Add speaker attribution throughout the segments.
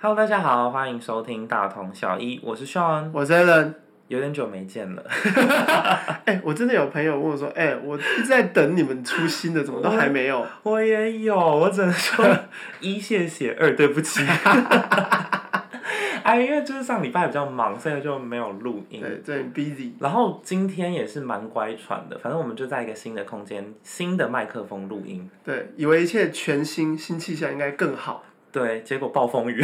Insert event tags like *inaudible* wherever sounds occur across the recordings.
Speaker 1: Hello，大家好，欢迎收听大同小异，我是 Sean，
Speaker 2: 我是 Allen，
Speaker 1: 有点久没见了， *laughs*
Speaker 2: 哎、我真的有朋友问我说，哎、我一直在等你们出新的，怎么都还没有？
Speaker 1: 我也有，我只能说一谢谢，二对不起。 *laughs* 哎，因为就是上礼拜比较忙，所以就没有录音。
Speaker 2: 对，最近 busy，
Speaker 1: 然后今天也是蛮乖喘的，反正我们就在一个新的空间、新的麦克风录音。
Speaker 2: 对，以为一切全新，新气象应该更好。
Speaker 1: 对，结果暴风雨，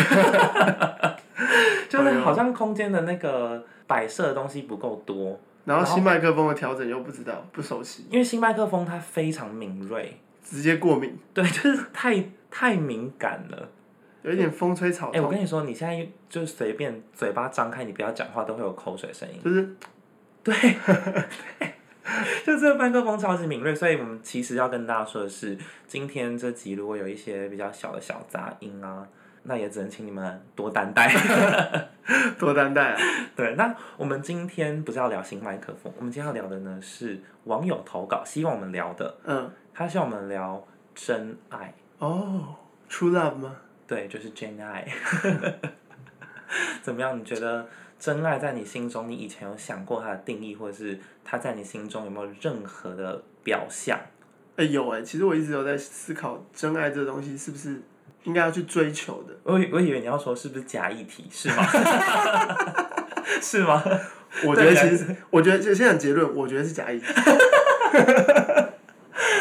Speaker 1: 就是好像空间的那个摆设的东西不够多，
Speaker 2: 然
Speaker 1: 然
Speaker 2: 后
Speaker 1: 后
Speaker 2: 新麦克风的调整又不知道，不熟悉，
Speaker 1: 因为新麦克风它非常敏锐，
Speaker 2: 直接过敏，
Speaker 1: 对，就是太太敏感了。
Speaker 2: 有一点风吹草
Speaker 1: 哎、我
Speaker 2: 动，
Speaker 1: 跟你说，你现在就随便嘴巴张开，你不要讲话，都会有口水声音。 *laughs*
Speaker 2: 就是
Speaker 1: 对，就这个麦克风超级敏锐，所以我们其实要跟大家说的是，今天这集如果有一些比较小的小杂音啊，那也只能请你们多担待。 *laughs*
Speaker 2: *laughs* 多担待啊。
Speaker 1: 对，那我们今天不是要聊新麦克风，我们今天要聊的呢是网友投稿，希望我们聊的，哎
Speaker 2: 嗯，
Speaker 1: 他希望我们聊真爱，
Speaker 2: 哦、t r u e love 吗？
Speaker 1: 对，就是真爱。 *laughs* 怎么样？你觉得真爱在你心中，你以前有想过它的定义，或者是它在你心中有没有任何的表象？
Speaker 2: 哎、有哎、其实我一直有在思考，真爱这个东西是不是应该要去追求的？
Speaker 1: 我以我以为你要说是不是假议题，是吗？ *laughs* 是吗？
Speaker 2: *laughs* 我觉得其实，我觉得就现在结论，我觉得是 *laughs* 假意。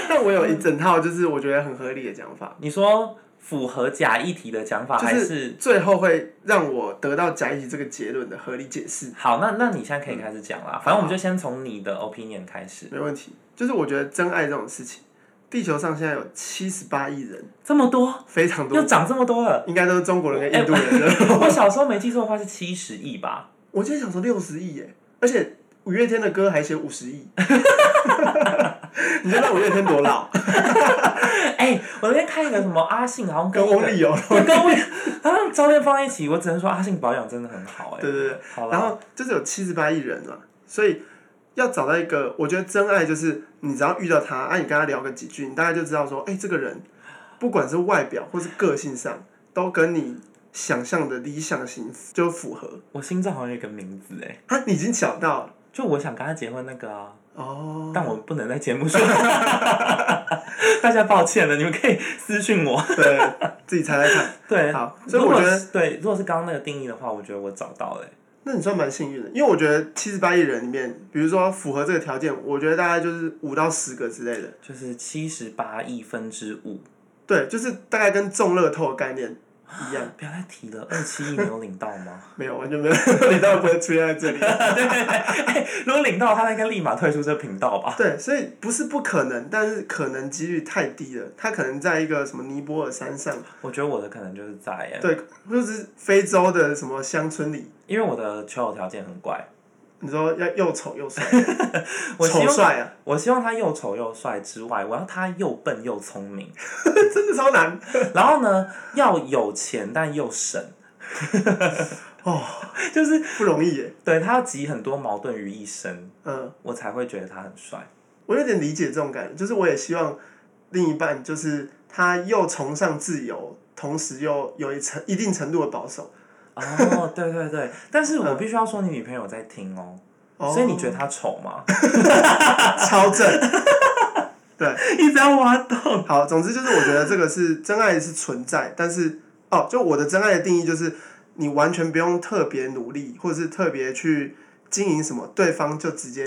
Speaker 2: 但我有一整套，就是我觉得很合理的讲法，
Speaker 1: 你说符合假议题的讲法，
Speaker 2: 就
Speaker 1: 还
Speaker 2: 是
Speaker 1: 是
Speaker 2: 最后会让我得到假意这个结论的合理解释，
Speaker 1: 好？那那你现在可以开始讲啦。反正我们就先从你的 opinion 开始。
Speaker 2: 没问题。就是我觉得真爱这种事情，地球上现在有七十八亿人，
Speaker 1: 这么多，
Speaker 2: 非常多，
Speaker 1: 又涨这么多了。 *laughs*
Speaker 2: 应该都是中国人跟印度人的。
Speaker 1: 我小时候没记错的话是七十亿吧？
Speaker 2: 我今天想说六十亿耶，而且五月天的歌还写五十亿， *laughs* 你知道五月天多老？
Speaker 1: 哎、我那天看一个什么阿信，好像
Speaker 2: *laughs* 跟
Speaker 1: 跟一个
Speaker 2: 翁立 *laughs* 友。
Speaker 1: 我跟我，然后照片放在一起，我只能说阿信保养真的很好哎、
Speaker 2: 对对对，
Speaker 1: 好了，
Speaker 2: 然后就是有七十八亿人嘛，所以要找到一个，我觉得真爱就是你只要遇到他，啊，你跟他聊个几句，你大概就知道说，哎、这个人不管是外表或是个性上，都跟你想象的理想型就符合。
Speaker 1: 我心脏好像有一个名字哎、
Speaker 2: 啊，你已经想到了
Speaker 1: 就我想跟他结婚那个啊，
Speaker 2: 哦，
Speaker 1: 但我不能在节目说， *laughs* 大家抱歉了，你们可以私信我。
Speaker 2: 对，自己猜猜看。
Speaker 1: 对，
Speaker 2: 好，所以
Speaker 1: 如
Speaker 2: 我
Speaker 1: 果
Speaker 2: 觉得，
Speaker 1: 是对，如果是刚刚那个定义的话，我觉得我找到了、欸。
Speaker 2: 那你算蛮幸运的，因为我觉得七十八亿人里面，比如说符合这个条件，我觉得大概就是五到十个之类的。
Speaker 1: 就是七十八亿分之五，
Speaker 2: 对，就是大概跟中乐透的概念一样，
Speaker 1: 不要再提了，二七亿没有领到吗？ *laughs*
Speaker 2: 没有，完全没有， *laughs* 你当然不会出现在这里。
Speaker 1: 如果领到，他应该立马退出这频道吧？
Speaker 2: 对，所以不是不可能，但是可能几率太低了。他可能在一个什么尼泊尔山上，
Speaker 1: 我觉得我的可能就是在耶，
Speaker 2: 对，或者是非洲的什么乡村里。
Speaker 1: 因为我的求偶条件很怪，
Speaker 2: 你说要又丑又帅，
Speaker 1: *laughs* 我希
Speaker 2: 丑
Speaker 1: 望 *laughs*
Speaker 2: 帅啊，
Speaker 1: 我希望他又丑又帅之外，我要他又笨又聪明， *laughs*
Speaker 2: 真的超难
Speaker 1: 然后呢要有钱但又省，
Speaker 2: 哦，
Speaker 1: 就是
Speaker 2: 不容易耶。
Speaker 1: 对他要集很多矛盾于一身，
Speaker 2: 嗯，
Speaker 1: 我才会觉得他很帅。
Speaker 2: 我有点理解这种感觉，就是我也希望另一半就是他又崇尚自由，同时又有一层一定程度的保守。 *laughs*
Speaker 1: 哦， *laughs* 对对对，但是我必须要说，你女朋友在听哦，
Speaker 2: 哦
Speaker 1: 所以你觉得他丑吗？
Speaker 2: 超正？对。
Speaker 1: *laughs* 一直要挖洞。
Speaker 2: 好，总之就是我觉得这个是真爱是存在，但是哦，就我的真爱的定义就是你完全不用特别努力，或者是特别去经营什么，对方就直接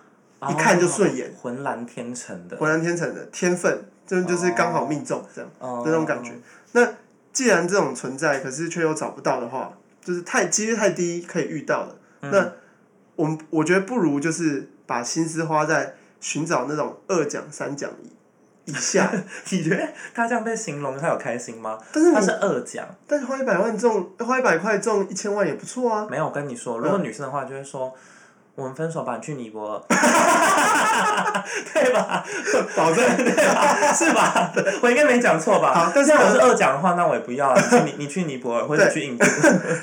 Speaker 2: *laughs* 一看就顺眼
Speaker 1: 哦，浑然天成的，
Speaker 2: 浑然天成的天分，这就是刚好命中这样
Speaker 1: 哦
Speaker 2: 这种感觉。那既然这种存在，可是却又找不到的话，就是太几率太低可以遇到了。那我们我觉得不如就是把心思花在寻找那种二奖三奖
Speaker 1: *laughs*
Speaker 2: 以以下， *laughs*
Speaker 1: 你觉得哦他这样被形容，他有开心吗？
Speaker 2: 但是你
Speaker 1: 他是二奖，
Speaker 2: 但是花一百万中，花一百块中一千万也不错啊。
Speaker 1: 没有我跟你说，如果女生的话就会说，我们分手吧，你去尼
Speaker 2: *laughs*
Speaker 1: 泊尔，对吧？
Speaker 2: 保证。
Speaker 1: 对吧？是吧？我应该没讲错吧？
Speaker 2: 好但是
Speaker 1: 如果是二奖的话，那我也不要了。你去你你去尼泊尔或者去印度，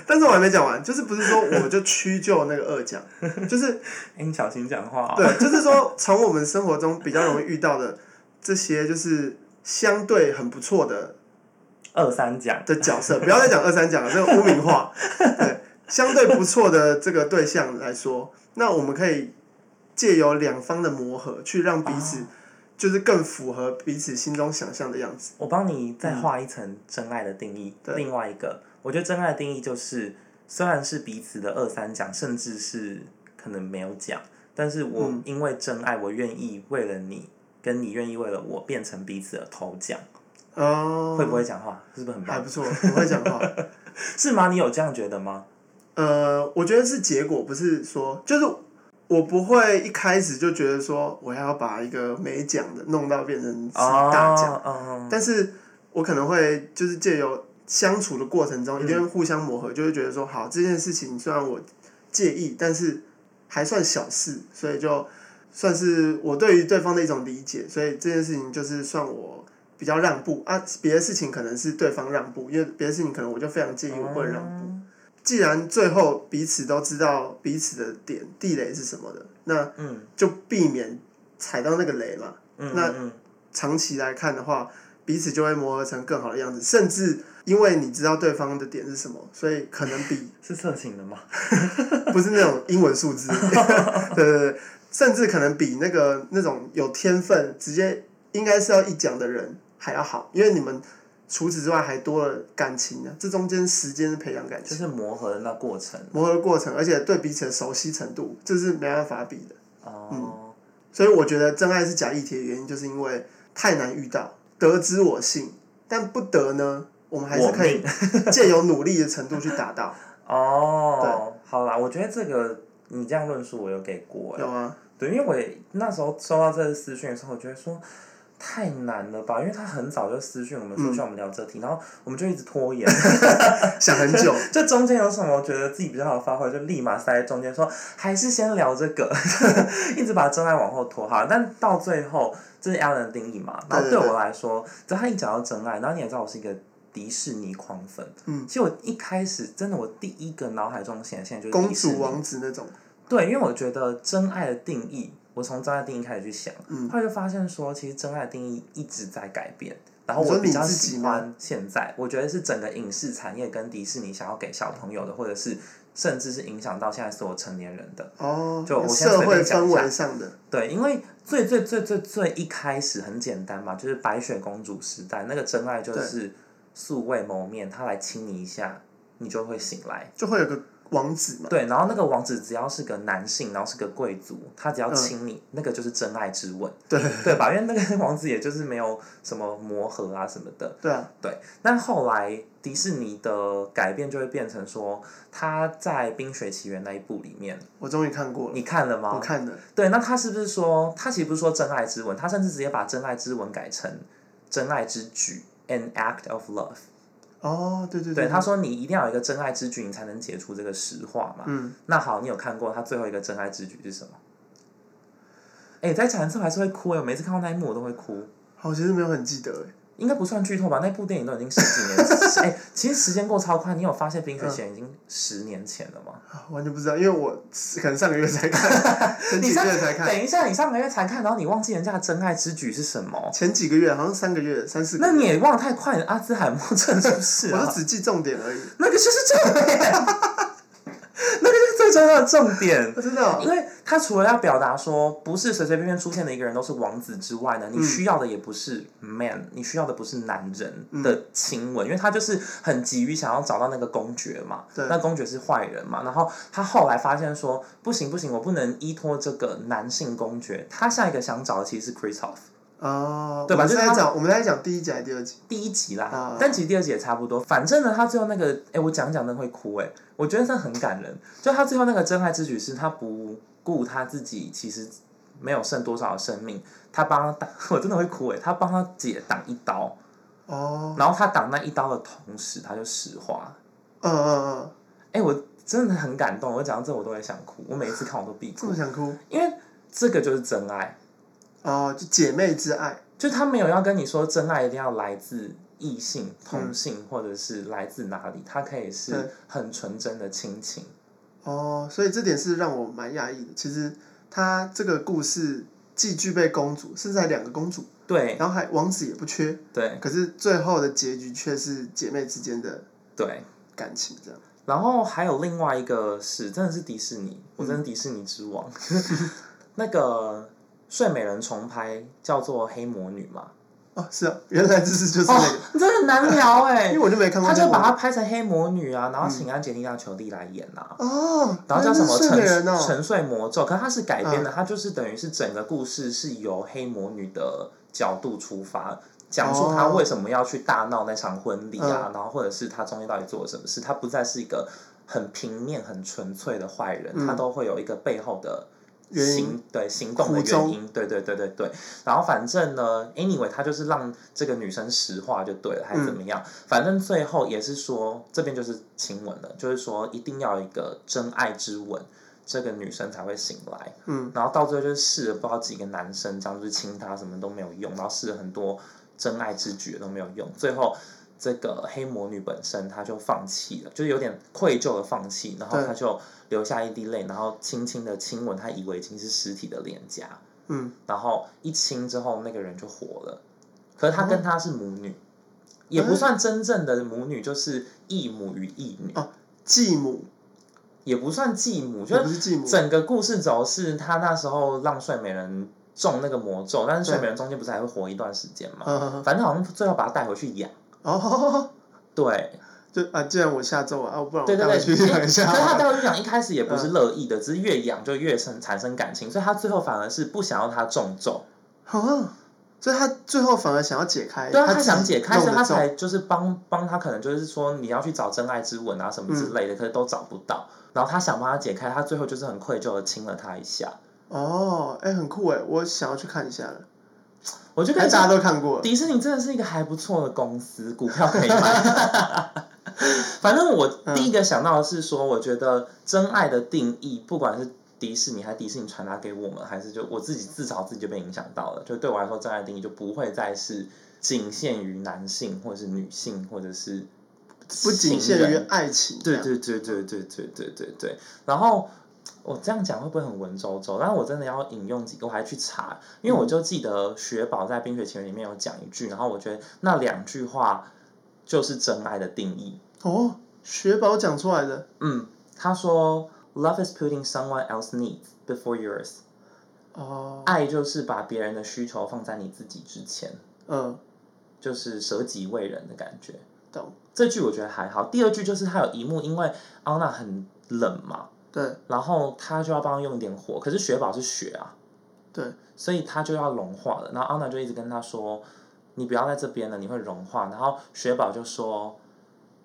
Speaker 2: 但是我还没讲完，就是不是说我就屈就那个
Speaker 1: *laughs*
Speaker 2: 二奖，就是
Speaker 1: 哎，你小心讲话哦。
Speaker 2: 对，就是说从我们生活中比较容易遇到的这些，就是相对很不错的
Speaker 1: 二三讲，
Speaker 2: 的角色，不要再讲二三讲了，这个污名化。
Speaker 1: *laughs*
Speaker 2: 对，相对不错的这个对象来说，那我们可以借由两方的磨合，去让彼
Speaker 1: 啊
Speaker 2: 此就是更符合彼此心中想象的样子。
Speaker 1: 我帮你再画一层真爱的定义。
Speaker 2: 嗯对
Speaker 1: 另外一个，我觉得真爱的定义就是，虽然是彼此的二三讲，甚至是可能没有讲，但是我
Speaker 2: 嗯
Speaker 1: 因为真爱，我愿意为了你，跟你愿意为了我，变成彼此的头奖。
Speaker 2: 哦，
Speaker 1: 会不会讲话？是不是很棒？
Speaker 2: 还不错，不会讲话。
Speaker 1: 是吗？你有这样觉得吗？
Speaker 2: 呃，我觉得是结果，不是说就是。我不会一开始就觉得说我要把一个没讲的弄到变成是大奖，
Speaker 1: 哦，嗯，
Speaker 2: 但是我可能会就是借由相处的过程中，一定会互相磨合，就会觉得说，好这件事情虽然我介意，但是还算小事，所以就算是我对于对方的一种理解，所以这件事情就是算我比较让步啊，别的事情可能是对方让步，因为别的事情可能我就非常介意，我不能让步。既然最后彼此都知道彼此的点地雷是什么的，那
Speaker 1: 嗯
Speaker 2: 就避免踩到那个雷嘛。
Speaker 1: 嗯，
Speaker 2: 那
Speaker 1: 嗯
Speaker 2: 长期来看的话，彼此就会磨合成更好的样子，甚至因为你知道对方的点是什么，所以可能比
Speaker 1: 嗯是色情的
Speaker 2: *laughs*
Speaker 1: 吗？
Speaker 2: 不是那种英文数字，对对对，甚至可能比那个那种有天分直接应该是要一讲的人还要好，因为你们除此之外还多了感情呢、啊这中间时间培养感
Speaker 1: 就
Speaker 2: 情。
Speaker 1: 是磨合的那过程。
Speaker 2: 磨合的过程，而且对彼此的熟悉程度，这是没办法比的。
Speaker 1: 哦，
Speaker 2: 嗯所以我觉得真爱是假议题的原因，就是因为太难遇到，得之我幸，但不得呢，我们还是可以 *laughs* 借由努力的程度去达
Speaker 1: *laughs*
Speaker 2: 到。
Speaker 1: 哦，好啦，我觉得这个你这样论述我有给过哎、
Speaker 2: 有啊，
Speaker 1: 对，因为我也那时候收到这个私讯的时候，我觉得说太难了吧，因为他很早就私讯我们说
Speaker 2: 嗯
Speaker 1: 叫我们聊这题，然后我们就一直拖延， *laughs*
Speaker 2: 想很久，
Speaker 1: 就中间有什么觉得自己比较好的发挥，就立马塞在中间说还是先聊这个， *laughs* 一直把真爱往后拖好，但到最后这是 Alan 的定义嘛，然后
Speaker 2: 对
Speaker 1: 对
Speaker 2: 对
Speaker 1: 我来说，只要他一讲到真爱，然后你也知道我是一个。迪士尼狂粉，
Speaker 2: 嗯
Speaker 1: 其实我一开始真的，我第一个脑海中显现就是
Speaker 2: 公
Speaker 1: 迪士尼
Speaker 2: 主王子那种，
Speaker 1: 对，因为我觉得真爱的定义，我从真爱定义开始去想，
Speaker 2: 嗯
Speaker 1: 后来就发现说，其实真爱的定义一直在改变。然后
Speaker 2: 你
Speaker 1: 我
Speaker 2: 说
Speaker 1: 比
Speaker 2: 你
Speaker 1: 较
Speaker 2: 自己
Speaker 1: 喜
Speaker 2: 吗
Speaker 1: 欢现在，我觉得是整个影视产业跟迪士尼想要给小朋友的，或者是甚至是影响到现在所有成年人的。
Speaker 2: 哦
Speaker 1: 就我，先
Speaker 2: 社
Speaker 1: 随
Speaker 2: 会
Speaker 1: 便讲
Speaker 2: 氛
Speaker 1: 一下
Speaker 2: 围上的，
Speaker 1: 对，因为最最最最最一开始很简单嘛，就是白雪公主时代那个真爱就
Speaker 2: 对
Speaker 1: 是素未谋面，他来亲你一下，你就会醒来。
Speaker 2: 就会有个王子嘛，
Speaker 1: 对，然后那个王子只要是个男性，然后是个贵族，他只要亲你，那个就是真爱之吻，
Speaker 2: 嗯对
Speaker 1: 对吧？因为那个王子也就是没有什么磨合啊什么的，
Speaker 2: 对啊，
Speaker 1: 对。但后来迪士尼的改变就会变成说，他在《冰雪奇缘》那一部里面，
Speaker 2: 我终于看过了，
Speaker 1: 你看了
Speaker 2: 我
Speaker 1: 吗？
Speaker 2: 看了，
Speaker 1: 对，那他是不是说，他其实不是说真爱之吻，他甚至直接把真爱之吻改成真爱之举，an act of love。
Speaker 2: 哦，对对
Speaker 1: 对，他说你一定要有一个真爱之举，你才能解除这个石化嘛。
Speaker 2: 嗯，
Speaker 1: 那好，你有看过他最后一个真爱之举是什么？哎、在讲之后还是会哭哎、我每次看到那一幕我都会哭。
Speaker 2: 好，我其实没有很记得哎，
Speaker 1: 应该不算剧透吧？那部电影都已经十几年，
Speaker 2: *laughs*
Speaker 1: 哎、其实时间过超快。你有发现《冰雪奇缘》已经十年前了吗？
Speaker 2: 啊完全不知道，因为我可能上个月
Speaker 1: *laughs*
Speaker 2: 才看，前
Speaker 1: 你
Speaker 2: 几个
Speaker 1: 上
Speaker 2: 月才看，
Speaker 1: 等一下，你上个月才看，然后你忘记人家的真爱之举是什
Speaker 2: *laughs*
Speaker 1: 么？
Speaker 2: 前几个月好像三个月、三四个
Speaker 1: 那
Speaker 2: 月，
Speaker 1: 你也忘得太快了，阿兹海默症是不是
Speaker 2: 我就
Speaker 1: 啊？
Speaker 2: 只记重点而已，
Speaker 1: 那个就是重点，
Speaker 2: *laughs*
Speaker 1: 那个就是最重要的重点。
Speaker 2: 我知道
Speaker 1: 因。为他除了要表达说不是随随便便出现的一个人都是王子之外呢，你需要的也不是 man，你需要的不是男人的亲吻，因为他就是很急于想要找到那个公爵嘛，
Speaker 2: 对
Speaker 1: 那公爵是坏人嘛，然后他后来发现说不行不行，我不能依托这个男性公爵，他下一个想找的其实是 Christoph。
Speaker 2: 哦，
Speaker 1: 对吧
Speaker 2: 我们
Speaker 1: 就是
Speaker 2: 在
Speaker 1: 他
Speaker 2: 讲，我们在讲第一集还是第二集？
Speaker 1: 第一集啦，
Speaker 2: 啊
Speaker 1: 但其实第二集也差不多。反正呢，他最后那个，哎、我讲讲真的会哭、哎，我觉得这很感人。就他最后那个真爱之举是，他不顾他自己其实没有剩多少的生命，他帮他挡， *laughs* 我真的会哭、哎，他帮他姐挡一刀，
Speaker 2: 哦，
Speaker 1: 然后他挡那一刀的同时，他就石化。
Speaker 2: 嗯嗯嗯，
Speaker 1: 哎、我真的很感动，我讲到这我都会想哭，我每一次看我都必
Speaker 2: 这
Speaker 1: 哭，
Speaker 2: 么想哭？
Speaker 1: 因为这个就是真爱，
Speaker 2: 哦，就姐妹之爱，
Speaker 1: 就他没有要跟你说真爱一定要来自异性、同性，或者是来自哪里，他可以是
Speaker 2: 对
Speaker 1: 很纯真的亲情。
Speaker 2: 哦，所以这点是让我蛮讶异的。其实他这个故事既具备公主，甚至还两个公主，
Speaker 1: 对
Speaker 2: 然后还王子也不缺，
Speaker 1: 对
Speaker 2: 可是最后的结局却是姐妹之间的
Speaker 1: 对，
Speaker 2: 感情这样。
Speaker 1: 然后还有另外一个是，真的是迪士尼，我真的是迪士尼之
Speaker 2: *laughs*
Speaker 1: 王。那个睡美人重拍叫做《黑魔女》嘛，
Speaker 2: 哦，是啊，原来就是就是那个，
Speaker 1: 哦，真的难聊哎、
Speaker 2: *laughs* 因为我就没看过
Speaker 1: 他就
Speaker 2: 那个嗯
Speaker 1: 把
Speaker 2: 网。
Speaker 1: 它拍成黑魔女啊，然后请安吉丽娜·裘丽来演啊，
Speaker 2: 哦，
Speaker 1: 然后叫什么
Speaker 2: 原来是睡
Speaker 1: 沉
Speaker 2: 美人哦，嗯
Speaker 1: 沉睡魔咒，可它是改编的，它就是等于是整个故事是由黑魔女的角度出发，讲述她
Speaker 2: 哦嗯
Speaker 1: 为什么要去大闹那场婚礼啊，然后或者是她中间到底做了什么事，她不再是一个很平面、很纯粹的坏人，
Speaker 2: 嗯
Speaker 1: 她都会有一个背后的
Speaker 2: 原因
Speaker 1: 行对行动的
Speaker 2: 苦衷
Speaker 1: 原因，对对对对对。然后反正呢，anyway，他就是让这个女生石化就对了，还是
Speaker 2: 嗯
Speaker 1: 怎么样？反正最后也是说，这边就是亲吻了，就是说一定要有一个真爱之吻，这个女生才会醒来。
Speaker 2: 嗯，
Speaker 1: 然后到最后就是试了不知道几个男生，这样就是亲她什么都没有用，然后试了很多真爱之举都没有用，最后。这个黑魔女本身，她就放弃了，就是有点愧疚的放弃，然后
Speaker 2: 对
Speaker 1: 她就流下一滴泪，然后轻轻的亲吻她以为已经是尸体的脸颊，
Speaker 2: 嗯，
Speaker 1: 然后一亲之后，那个人就活了。可是她跟她是母女，也
Speaker 2: 嗯
Speaker 1: 不算真正的母女，就是异母与异女，
Speaker 2: 哦继母
Speaker 1: 也不算继母，就
Speaker 2: 也
Speaker 1: 是
Speaker 2: 不是继母，
Speaker 1: 整个故事轴是他那时候让睡美人中那个魔咒，但是睡美人中间不是还会活一段时间嘛？
Speaker 2: 嗯，
Speaker 1: 反正好像最后把她带回去养。
Speaker 2: *laughs* 哦， *laughs*
Speaker 1: 对，
Speaker 2: 就啊，既然我下周啊，啊不然
Speaker 1: 对
Speaker 2: 我
Speaker 1: 对
Speaker 2: 带
Speaker 1: 对，
Speaker 2: 回去
Speaker 1: 诶
Speaker 2: 养一下
Speaker 1: 可是他
Speaker 2: 好了。
Speaker 1: 带回去养一开始也不是乐意的，只是越养就越生产生感情，所以他最后反而是不想要他中咒，
Speaker 2: *laughs* 哦，所以他最后反而想要解开，
Speaker 1: 对啊，他
Speaker 2: 自己
Speaker 1: 想解开，所以他
Speaker 2: 弄的咒
Speaker 1: 才就是帮帮他，可能就是说你要去找真爱之吻啊什么之类的，可是都找不到。然后他想帮他解开，他最后就是很愧疚的亲了他一下。
Speaker 2: 哦，哎，很酷哎，我想要去看一下了，
Speaker 1: 我就
Speaker 2: 哎
Speaker 1: 跟你
Speaker 2: 大家
Speaker 1: 讲，
Speaker 2: 都看过了，
Speaker 1: 迪士尼真的是一个还不错的公司，股票可以买。
Speaker 2: *laughs*
Speaker 1: 反正我第一个想到的是说，我觉得真爱的定义，不管是迪士尼还是迪士尼传达给我们，还是就我自己自嘲自己就被影响到了。就对我来说，真爱的定义就不会再是仅限于男性或者是女性或者是
Speaker 2: 不仅
Speaker 1: 情
Speaker 2: 限于
Speaker 1: 人
Speaker 2: 爱情，
Speaker 1: 对，啊对对对对对对对对。然后我这样讲会不会很文绉绉？但是我真的要引用几个，我还去查，因为我就记得雪宝在《冰雪奇缘》里面有讲一句，然后我觉得那两句话就是真爱的定义。
Speaker 2: 哦，雪宝讲出来的，
Speaker 1: 嗯，他说：“Love is putting someone else's needs before yours。”
Speaker 2: 哦，
Speaker 1: 爱就是把别人的需求放在你自己之前，
Speaker 2: 嗯，
Speaker 1: 就是舍己为人的感觉。
Speaker 2: 懂，
Speaker 1: 这句我觉得还好。第二句就是他有一幕，因为安娜很冷嘛，
Speaker 2: 对
Speaker 1: 然后他就要帮他用一点火，可是雪宝是雪啊，
Speaker 2: 对，
Speaker 1: 所以他就要融化了。然后安娜就一直跟他说：“你不要在这边了，你会融化。”然后雪宝就说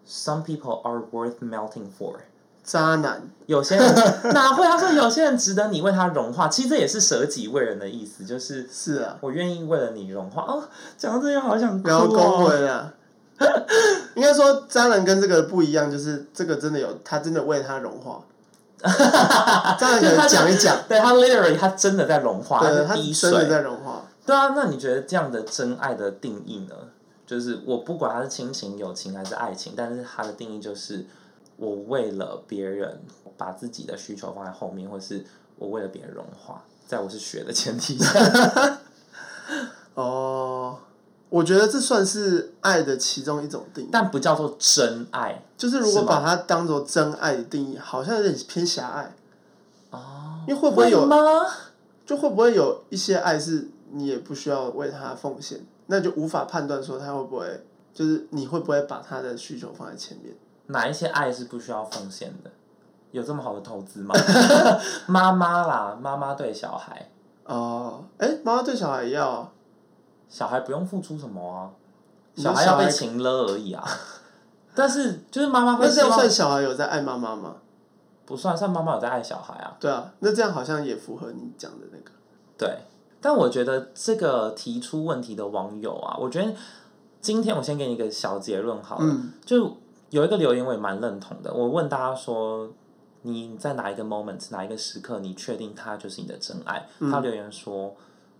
Speaker 1: ：“Some people are worth melting for。” *laughs*
Speaker 2: 渣男，
Speaker 1: 有些人哪会？他说有些人值得你为他融化，其实这也是舍己为人的意思，就是
Speaker 2: 是啊，
Speaker 1: 我愿意为了你融化。哦，讲到这些好想哭、
Speaker 2: 然后恭
Speaker 1: 哦。
Speaker 2: 维啊。 *laughs* 应该说，渣男跟这个不一样，就是这个真的有，他真的为他融
Speaker 1: *laughs*
Speaker 2: 化。渣男可能讲一讲，
Speaker 1: 对他 literally 他真的在融化，
Speaker 2: 对，
Speaker 1: 他
Speaker 2: 他
Speaker 1: 是滴
Speaker 2: 真
Speaker 1: 水，
Speaker 2: 的在融化。
Speaker 1: 对啊，那你觉得这样的真爱的定义呢？就是我不管它是亲情、友情还是爱情，但是它的定义就是我为了别人把自己的需求放在后面，或是我为了别人融化，在我是学的前提 *laughs* 下。
Speaker 2: 哦，我觉得这算是爱的其中一种定义，
Speaker 1: 但不叫做真爱
Speaker 2: 就是如果
Speaker 1: 是吗
Speaker 2: 把它当做真爱的定义，好像有点偏狭隘，
Speaker 1: 哦，
Speaker 2: 因为会不会有
Speaker 1: 吗？
Speaker 2: 就会不会有一些爱是你也不需要为他奉献，那就无法判断说他会不会，就是你会不会把他的需求放在前面。
Speaker 1: 哪一些爱是不需要奉献的？有这么好的投资 *laughs* 吗？妈妈啦，妈妈对小孩，
Speaker 2: 哦，哎，妈妈对小孩也要啊，
Speaker 1: 小孩不用付出什么啊，
Speaker 2: 你说
Speaker 1: 小孩要被
Speaker 2: 小孩
Speaker 1: 情勒而已啊。 *laughs* 但是就是妈妈会
Speaker 2: 那
Speaker 1: 希
Speaker 2: 这样
Speaker 1: 望
Speaker 2: 算小孩有在爱妈妈吗？
Speaker 1: 不算，算妈妈有在爱小孩啊。
Speaker 2: 对啊，那这样好像也符合你讲的那个。
Speaker 1: 对，但我觉得这个提出问题的网友啊，我觉得今天我先给你一个小结论好了，
Speaker 2: 嗯
Speaker 1: 就有一个留言我也蛮认同的，我问大家说。你在哪一个 moment，哪一个时刻，你确定他就是你的真爱？他留言说，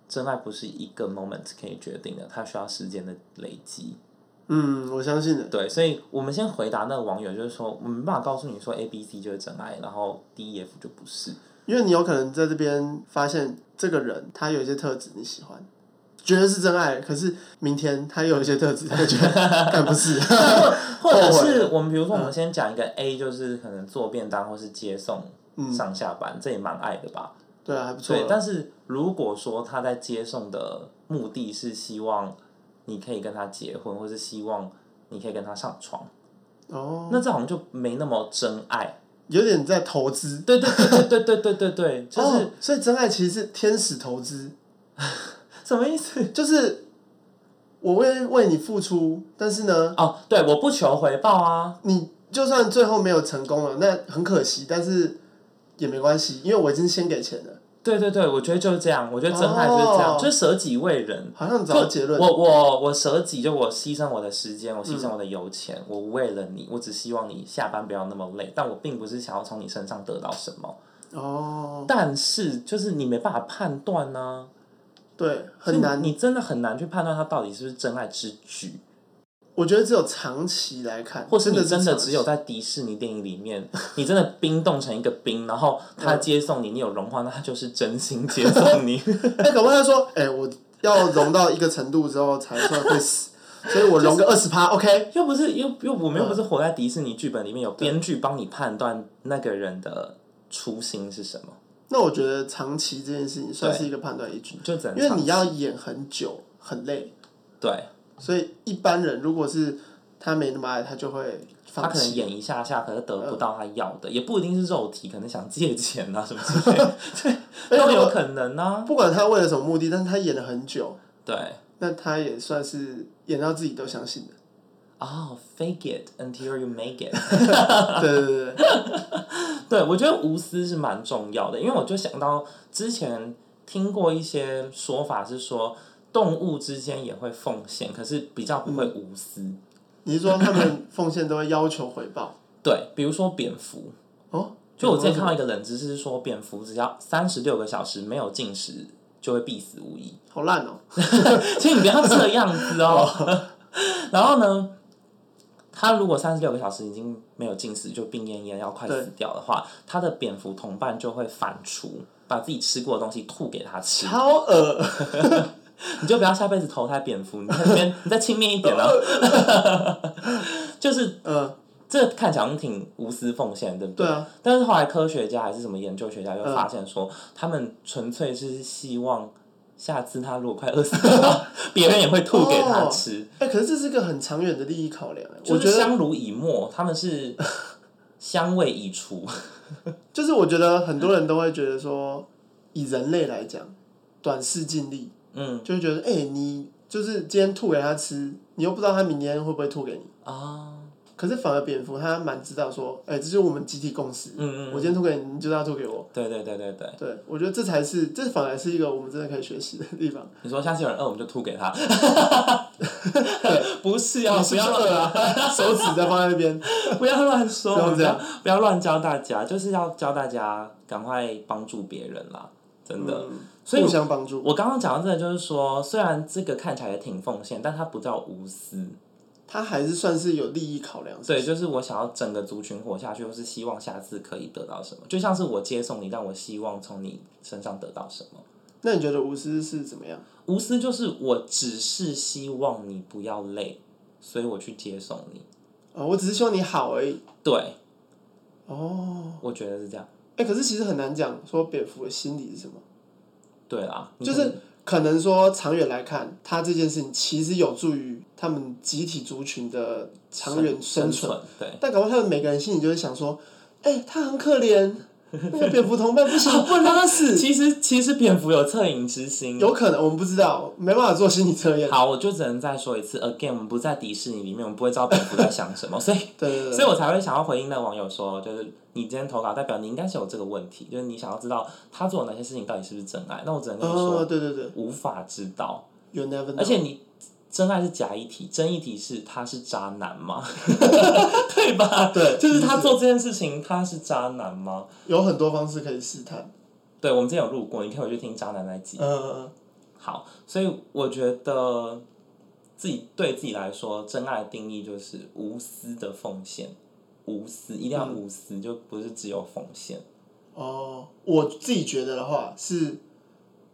Speaker 1: 真爱不是一个 moment 可以决定的，它需要时间的累积。
Speaker 2: 嗯，我相信的。
Speaker 1: 对，所以我们先回答那个网友，就是说，我们没办法告诉你说 A、B、C 就是真爱，然后 D、E、F 就不是。
Speaker 2: 因为你有可能在这边发现这个人他有一些特质你喜欢，觉得是真爱，可是明天他又有一些特质，他就觉
Speaker 1: *laughs*
Speaker 2: 得干不是，
Speaker 1: 或者
Speaker 2: *laughs* 后悔
Speaker 1: 是我们比如说，我们先讲一个 A，就是可能做便当或是接送上下班，这也蛮爱的吧？
Speaker 2: 对啊，还不错
Speaker 1: 对
Speaker 2: 啊。，
Speaker 1: 但是如果说他在接送的目的是希望你可以跟他结婚，或是希望你可以跟他上床，
Speaker 2: 哦，
Speaker 1: 那这好像就没那么真爱。
Speaker 2: 有点在投资，
Speaker 1: 对对对对对对对对对， *laughs* 就是、
Speaker 2: 哦，所以真爱其实是天使投资，
Speaker 1: 什么意思？
Speaker 2: 就是我为为你付出，但是呢，
Speaker 1: 哦，对，我不求回报啊，
Speaker 2: 你就算最后没有成功了，那很可惜，但是也没关系，因为我已经先给钱了，
Speaker 1: 对对对，我觉得就是这样。我觉得真爱就是这样，
Speaker 2: 哦
Speaker 1: 就是舍己为人。
Speaker 2: 好像找到结论嗯
Speaker 1: 我我我舍己，就我牺牲我的时间，我牺牲我的油钱，我为了你，我只希望你下班不要那么累。但我并不是想要从你身上得到什么，
Speaker 2: 哦，
Speaker 1: 但是就是你没办法判断呢、
Speaker 2: 对，很难
Speaker 1: 所以。你真的很难去判断他到底是不是真爱之举，
Speaker 2: 我觉得只有长期来看，
Speaker 1: 或是你
Speaker 2: 真
Speaker 1: 真的
Speaker 2: 的是长期 *laughs*
Speaker 1: 只有在迪士尼电影里面，你真的冰冻成一个冰，然后他
Speaker 2: 嗯
Speaker 1: 接送你，你有融化，那他就是真心接送
Speaker 2: *laughs*
Speaker 1: 你。
Speaker 2: 哎，搞不好他说，哎、我要融到一个程度之后才算
Speaker 1: *laughs*
Speaker 2: 会死，所以我融个二十趴，OK，
Speaker 1: 又不是又又我
Speaker 2: 嗯
Speaker 1: 们又不是活在迪士尼剧本里面，有编剧帮你判断那个人的初心是什么，
Speaker 2: 那我觉得长期这件事情算是一个判断依据，
Speaker 1: 就只能
Speaker 2: 因为
Speaker 1: 尝
Speaker 2: 你要演很久很累，
Speaker 1: 对
Speaker 2: 所以一般人如果是他没那么爱，他就会
Speaker 1: 他
Speaker 2: 放
Speaker 1: 可能
Speaker 2: 弃。嗯
Speaker 1: 演一下下，可是得不到他要的，也不一定是肉体，可能想借钱啊什么
Speaker 2: *laughs*
Speaker 1: 之类的，
Speaker 2: 哎
Speaker 1: 对，都有可能啊。
Speaker 2: 不管他为了什么目的，但是他演了很久，
Speaker 1: 对，
Speaker 2: 那他也算是演到自己都相信的。
Speaker 1: 哦、f a k e it until you make
Speaker 2: *laughs*
Speaker 1: it。
Speaker 2: 对对对对，
Speaker 1: 对，我觉得无私是蛮重要的，因为我就想到之前听过一些说法是说，动物之间也会奉献，可是比较不
Speaker 2: 嗯
Speaker 1: 会无私。
Speaker 2: 你是说他们奉献都会要求回报？
Speaker 1: 对，比如说蝙蝠，
Speaker 2: 哦，
Speaker 1: 就我之前看到一个冷知识，是说蝙蝠只要三十六个小时没有进食，就会必死无疑。
Speaker 2: 好烂哦、
Speaker 1: *laughs* 请你不要这样子哦。 *laughs* 然后呢，他如果三十六个小时已经没有进食，就病恹恹要快死掉的话，他的蝙蝠同伴就会反刍，把自己吃过的东西吐给他吃。
Speaker 2: 超恶。
Speaker 1: 你就不要下辈子投胎蝙蝠，你在那
Speaker 2: *laughs*
Speaker 1: 边你再轻蔑一点啊。就是
Speaker 2: 嗯，
Speaker 1: 这看起来好像挺无私奉献，对不对？
Speaker 2: 对啊，嗯
Speaker 1: 但是后来科学家还是什么研究学家就发现说，他们纯粹是希望下次他如果快饿
Speaker 2: *laughs*
Speaker 1: 死了，别人也会吐给他吃，
Speaker 2: 哎、可是这是一个很长远的利益考量、哎我
Speaker 1: 就
Speaker 2: 觉
Speaker 1: 是
Speaker 2: 得
Speaker 1: 相濡以沫，他们是
Speaker 2: *laughs*
Speaker 1: 香味已除。
Speaker 2: 就是我觉得很多人都会觉得说，以人类来讲，短视近利，
Speaker 1: 嗯
Speaker 2: 就会觉得哎、你就是今天吐给他吃，你又不知道他明天会不会吐给你。
Speaker 1: 啊，
Speaker 2: 可是反而蝙蝠他蛮知道说，哎、这就是我们集体共识，
Speaker 1: 嗯嗯，
Speaker 2: 我今天吐给你，你就是要吐给我。
Speaker 1: 对对对对对，
Speaker 2: 对，我觉得这才是，这反而是一个我们真的可以学习的地方。
Speaker 1: 你说下次有人饿，我们就吐给他。 *laughs* 不 *laughs* 是啊，
Speaker 2: 你
Speaker 1: 不
Speaker 2: 是不
Speaker 1: 要
Speaker 2: 是饿啊， *laughs* 手指在放在那
Speaker 1: *laughs*
Speaker 2: 边。
Speaker 1: 不要乱说，
Speaker 2: 不用这样
Speaker 1: 不 *laughs* 要，不要乱教大家，就是要教大家赶快帮助别人啦，真的。
Speaker 2: 嗯
Speaker 1: 所以
Speaker 2: 互相帮助。
Speaker 1: 我刚刚讲到这个，就是说，虽然这个看起来也挺奉献，但它不叫无私。
Speaker 2: 他还是算是有利益考量，
Speaker 1: 对，就是我想要整个族群活下去，或是希望下次可以得到什么，就像是我接送你，但我希望从你身上得到什么。
Speaker 2: 那你觉得无私是怎么样？
Speaker 1: 无私就是我只是希望你不要累，所以我去接送你。
Speaker 2: 哦，我只是希望你好而已。
Speaker 1: 对，
Speaker 2: 哦，
Speaker 1: 我觉得是这样。
Speaker 2: 哎、可是其实很难讲说蝙蝠的心理是什么，
Speaker 1: 对啦，你
Speaker 2: 就
Speaker 1: 可能
Speaker 2: 是可能说长远来看，它这件事情其实有助于他们集体族群的长远
Speaker 1: 生
Speaker 2: 生存，
Speaker 1: 存，对。
Speaker 2: 但搞不好他们每个人心里就会想说，哎、他很可怜，那个蝙蝠同伴
Speaker 1: *laughs*
Speaker 2: 不行，不能让他死。
Speaker 1: 其实其实蝙蝠有恻隐之心。
Speaker 2: 有可能我们不知道，没办法做心理测验。
Speaker 1: 好，我就只能再说一次，again，我们不在迪士尼里面，我们不会知道蝙蝠在想什么，所以
Speaker 2: 对 *laughs* 对
Speaker 1: 所以我才会想要回应那网友说，就是你今天投稿，代表你应该是有这个问题，就是你想要知道他做的哪些事情到底是不是真爱。那我只能
Speaker 2: 对，
Speaker 1: 跟你说，
Speaker 2: 哦，对对对
Speaker 1: 无法知道。
Speaker 2: ，You never
Speaker 1: 而
Speaker 2: know。
Speaker 1: 且你真爱是假议题，真议题是他是渣男
Speaker 2: *laughs*
Speaker 1: 吗？ *laughs* 对嗯吧？
Speaker 2: 对
Speaker 1: 就是他
Speaker 2: 是
Speaker 1: 做这件事情，他是渣男吗？
Speaker 2: 有很多方式可以试探。
Speaker 1: 对，我们之前有录过，你可以回去听渣男那一集。
Speaker 2: 嗯嗯嗯。
Speaker 1: 好，所以我觉得自己对自己来说，真爱的定义就是无私的奉献，无私一定
Speaker 2: 嗯
Speaker 1: 要无私，就不是只有奉献。
Speaker 2: 哦，我自己觉得的话，是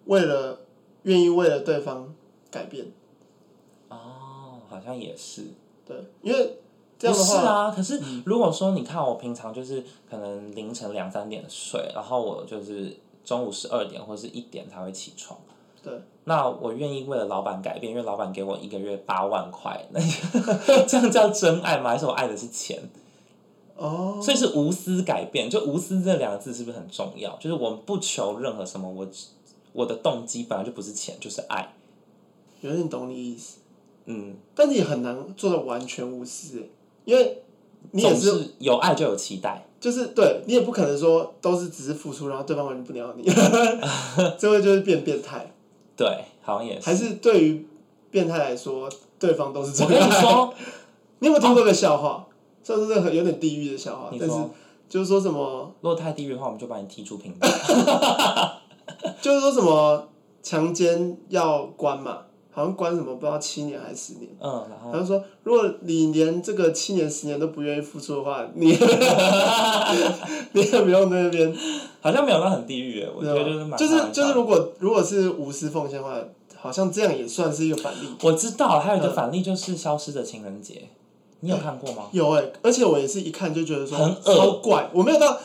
Speaker 2: 为了愿意为了对方改变，
Speaker 1: 哦，好像也是。
Speaker 2: 对，因为这样
Speaker 1: 不
Speaker 2: 的
Speaker 1: 是
Speaker 2: 话，嗯
Speaker 1: 啊，可是如果说你看我平常就是可能凌晨两三点睡，然后我就是中午十二点或是一点才会起床，
Speaker 2: 对，
Speaker 1: 那我愿意为了老板改变，因为老板给我一个月八万块，那 *laughs* 这样叫真爱吗？还是我爱的是钱？
Speaker 2: 哦，
Speaker 1: 所以是无私改变，就无私这两个字是不是很重要？就是我不求任何什么，我只我的动机本来就不是钱，就是爱。
Speaker 2: 有点懂你意思，
Speaker 1: 嗯，
Speaker 2: 但你也很难做到完全无私欸，因为你也
Speaker 1: 总
Speaker 2: 是
Speaker 1: 是有爱就有期待，
Speaker 2: 就是对你也不可能说都是只是付出，然后对方完全不鸟
Speaker 1: *laughs*
Speaker 2: 你，这会就是变变态。
Speaker 1: 对，好像也是。
Speaker 2: 还是对于变态来说，对方都是真
Speaker 1: 我跟你
Speaker 2: 爱。
Speaker 1: 说，
Speaker 2: 你有没有听过一个笑话？算是很有点地狱的笑话
Speaker 1: 你，
Speaker 2: 但是
Speaker 1: 说
Speaker 2: 就是说什么，
Speaker 1: 如果太地狱的话，我们就把你踢出屏幕。
Speaker 2: 就是说什么强奸要关嘛，好像关什么不知道七年还是十年。
Speaker 1: 嗯，然后
Speaker 2: 他就说，如果你连这个七年十年都不愿意付出的话，你
Speaker 1: *laughs*
Speaker 2: 你也不用在那边
Speaker 1: 好像没有到很地狱耶，我觉得就是蛮
Speaker 2: 啊就是
Speaker 1: 蛮
Speaker 2: 就是，如果如果是无私奉献的话，好像这样也算是一个反例。
Speaker 1: 我知道，还有一
Speaker 2: 嗯
Speaker 1: 个反例就是《消失的情人节》，你有看过吗？
Speaker 2: 有哎、而且我也是一看就觉得说
Speaker 1: 很恶
Speaker 2: 超怪，我没有到